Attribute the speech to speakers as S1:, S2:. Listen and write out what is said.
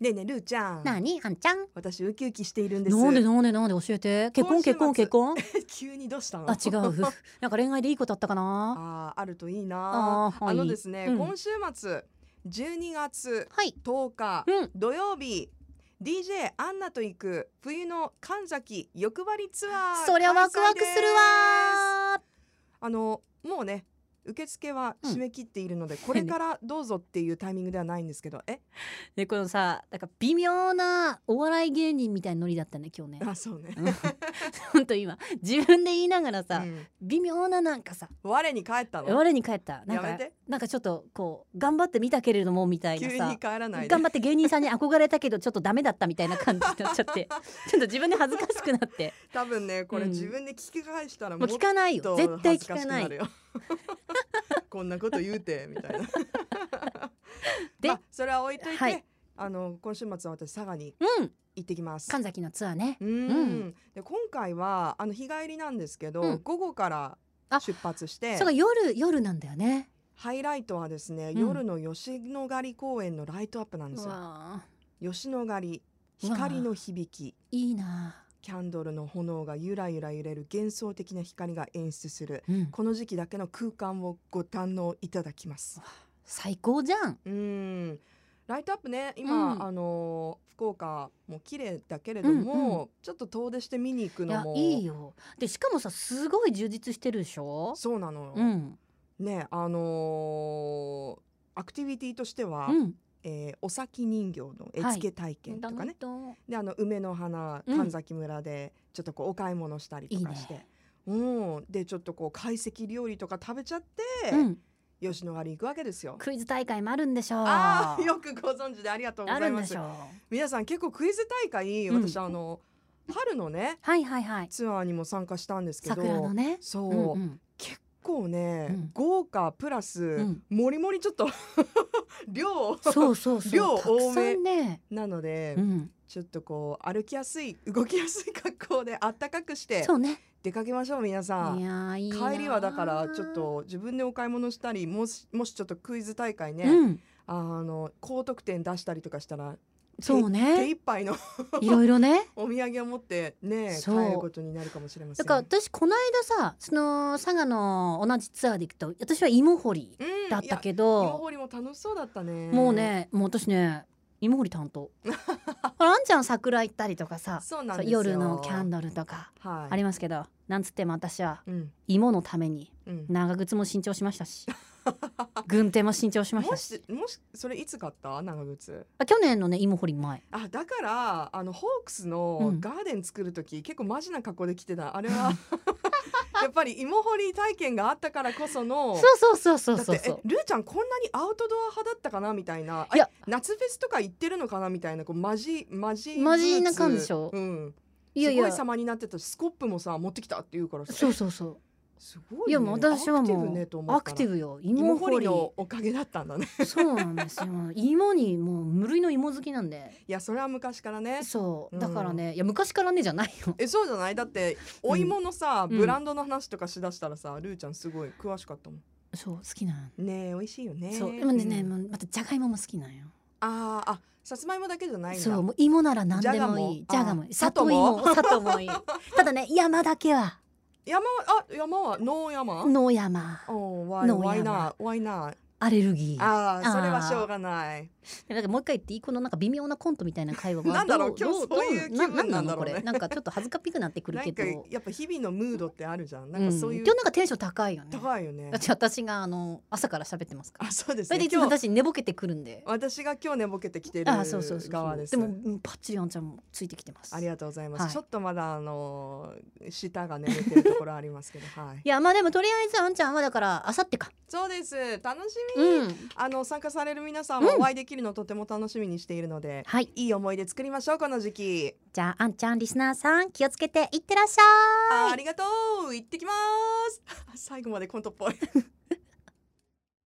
S1: ねえねえルーちゃん
S2: なにあんちゃん
S1: 私ウキウキしているんです
S2: なんでなんでなんで教えて結婚
S1: 今週末
S2: 結婚結婚
S1: 急にどうしたの
S2: あ違う なんか恋愛でいいことあったかな
S1: あーあるといいなあ,、
S2: あーはい
S1: のですね、
S2: うん
S1: 今週末12月
S2: はい
S1: 10日
S2: うん
S1: 土曜日 DJ アンナと行く冬の神崎欲張りツアー
S2: そりゃワクワクするわ
S1: あのもうね受付は締め切っているので、これからどうぞっていうタイミングではないんですけどえ
S2: ーでこのさなんか微妙なお笑い芸人みたいなノリだったね今日ね
S1: あそうね、
S2: 本当今自分で言いながら
S1: う
S2: さ、
S1: ん
S2: 微妙ななんかさ
S1: 我に帰ったの
S2: 我に返ったなん
S1: やめ
S2: か
S1: て
S2: なんかちょっとこう頑張ってみたけれどもみたい
S1: 急
S2: な
S1: に
S2: さ
S1: 帰らないで
S2: 頑張って芸人さんに憧れたけどちょっとダメだったみたいな感じになっちゃって ちょっと自分で恥ずかしくなって
S1: 多分ねこれ
S2: うん
S1: 自分で聞き返したら
S2: もう聞かないよ絶対聞かない
S1: よ こんなこと言うてみたいな
S2: で
S1: まあ、それは置いといて、
S2: はい
S1: あの今週末は私佐賀に
S2: うん
S1: 行ってきます
S2: 神崎のツアーね
S1: うーん
S2: うん
S1: で今回はあの日帰りなんですけど、
S2: うん
S1: 午後から
S2: あ
S1: 出発して
S2: そうか夜夜なんだよね
S1: ハイライトはですね、
S2: うん
S1: 夜の吉野ヶ里公園のライトアップなんですよ
S2: わあ
S1: 吉野ヶ里
S2: うわ
S1: 光の響き
S2: いいな
S1: キャンドルの炎がゆらゆら揺れる幻想的な光が演出する
S2: あ、うん、
S1: この時期だけの空間をご堪能いただきます。
S2: 最高じゃん
S1: うん、ライトアップね、今、
S2: うん
S1: あのー福岡も綺麗だけれども、
S2: うん
S1: ちょっと遠出して見に行く
S2: い
S1: の
S2: や
S1: も。
S2: いいよでしかもさすごい充実してるでしょ
S1: そうなのよ。
S2: うん
S1: ね、あのーアクティビティとしては、
S2: うん
S1: えーお先人形の絵付け体験とかね。
S2: だんだん
S1: で、あの梅の花、
S2: うん
S1: 神崎村で、ちょっとこうお買い物したりとかして。
S2: いいね
S1: うん、で、ちょっとこう懐石料理とか食べちゃって、
S2: うん、
S1: 吉野ヶ里行くわけですよ。
S2: クイズ大会もあるんでしょう
S1: ああよくご存知でありがとうご
S2: あ
S1: ざ
S2: る
S1: い
S2: ん
S1: ま
S2: でし
S1: す
S2: ょう。
S1: 皆さん結構クイズ大会
S2: うん
S1: 私あの春のね
S2: はいはいはい。
S1: ツアーにも参加したんですけど
S2: 桜のね。
S1: そう、
S2: うんうん
S1: 結構ね、
S2: うん
S1: 豪華プラス、
S2: ん
S1: もりもりちょっと 量
S2: そうそうそ
S1: 量
S2: う。たく
S1: 多
S2: さ
S1: め
S2: んね。
S1: なので、
S2: うん。
S1: ちょっとこう歩きやすい動きやすい格好であったかくして
S2: そうね。
S1: 出かけましょう皆さ
S2: い
S1: ん。
S2: やーいいなー
S1: 帰りはだからちょっ。と自分でお買い物したりもしもしちょっとクイズ大会ね、
S2: うん。
S1: あの高得点出したりとかしたら
S2: そう
S1: 手
S2: ね。
S1: 一杯の
S2: いろいろね。
S1: お土産を持ってね帰
S2: そう
S1: ることになるかもしれませ
S2: だ
S1: ん。
S2: から私この間さその佐賀の同じツアーで行くと私は芋掘り
S1: うん
S2: だった
S1: い
S2: け
S1: や芋
S2: ど、
S1: 掘りも楽しそうだったね。
S2: もうねもう私ね芋掘り 担当ほらあんちゃん桜行ったりとかさ
S1: そうなん
S2: そう
S1: ですよ
S2: 夜のキャンドルとか
S1: はい。
S2: ありますけど、なんつっても私は
S1: うん
S2: 芋のために
S1: うん。
S2: 長靴も新調しまし たし軍手も新調しまし
S1: も
S2: たし
S1: しもしそれいつ買った長靴？
S2: あ去年のね芋掘り前
S1: あだからあのホークス
S2: う
S1: の
S2: ん
S1: ガーデン作る時、結構マジな格好で来てたあれは やっぱり芋掘り体験があったからこその。
S2: そうそうそうそう
S1: だっ
S2: そう
S1: て
S2: そう
S1: えルーちゃんこんなにアウトドア派だったかなみたいない
S2: や
S1: え夏フェスとか行ってるのかなみたいなこうマジマジ
S2: マジ
S1: ブー
S2: な
S1: ツ
S2: 感じでしょ
S1: うん、
S2: いやい
S1: すご
S2: や
S1: い様になってたしスコップもさ持ってきたって言うからさ
S2: そうそうそう
S1: すごい、ね、
S2: いやもう私は
S1: アクティブ
S2: も
S1: ねと
S2: う
S1: 思
S2: ア
S1: った
S2: ク
S1: ら
S2: ティブよ芋
S1: 芋
S2: 掘
S1: 掘り
S2: り
S1: のおかげだったんだね
S2: そうなんですよ芋にもう無類の芋好きなんで
S1: いやそれは昔からね
S2: そう
S1: うん
S2: だからねいや昔からねじゃないよ
S1: えそうじゃないだってお芋のさ、
S2: うん
S1: ブランドの話とかしだしたらさルーちゃんすごい詳しかったもん
S2: そう好きなん
S1: ねえ美味しいよね
S2: そうでもねね
S1: ん
S2: もうまたじゃがいもも好きなんよ
S1: あーあさつまいもだけじゃないんだ
S2: そうもう芋なら何でもいい
S1: じ
S2: じ
S1: ゃ
S2: ゃ
S1: が
S2: が
S1: も
S2: もいい
S1: 里
S2: 里
S1: も
S2: 芋里 もいいただね山だけは
S1: 山はあ山は農山、
S2: 野山
S1: おーワイ
S2: 農山
S1: ワイナーワイナー
S2: アレルギー
S1: あーそれは
S2: あー
S1: しょうがない
S2: でなんかもう一回言っていいこのなんか微妙なコントみたいな会話は
S1: なんだろう
S2: ど
S1: 今日そういう気分
S2: ど
S1: なんだ ろうね
S2: これなんかちょっと恥ずかっぴくなってくる
S1: な
S2: け
S1: んか
S2: ど
S1: やっぱ日々のムードってあるじゃんなんかそういう、
S2: ん今日なんかテンション高いよね
S1: 高いよね
S2: だって私があの朝から喋ってますから
S1: あそうです
S2: それで
S1: ね
S2: いつも
S1: 今日
S2: 私寝ぼけてくるんで
S1: 私が今日寝ぼけてきてる
S2: あそうそうそう
S1: 側です
S2: でもうんパッチリあんちゃんもついてきてます
S1: ありがとうございます、
S2: はい
S1: ちょっとまだあのー舌が眠ってるところありますけどはい
S2: いやまあでもとりあえずあんちゃんはだからあさってか
S1: そうです楽しみに、
S2: うん
S1: あの参加される皆さんもお会いできるのとても楽しみにしているので、
S2: はい
S1: いい思い出作りましょうこの時期、
S2: じゃああんちゃんリスナーさん気をつけていってらっしゃ い
S1: ありがとう行ってきます最後までコントっぽい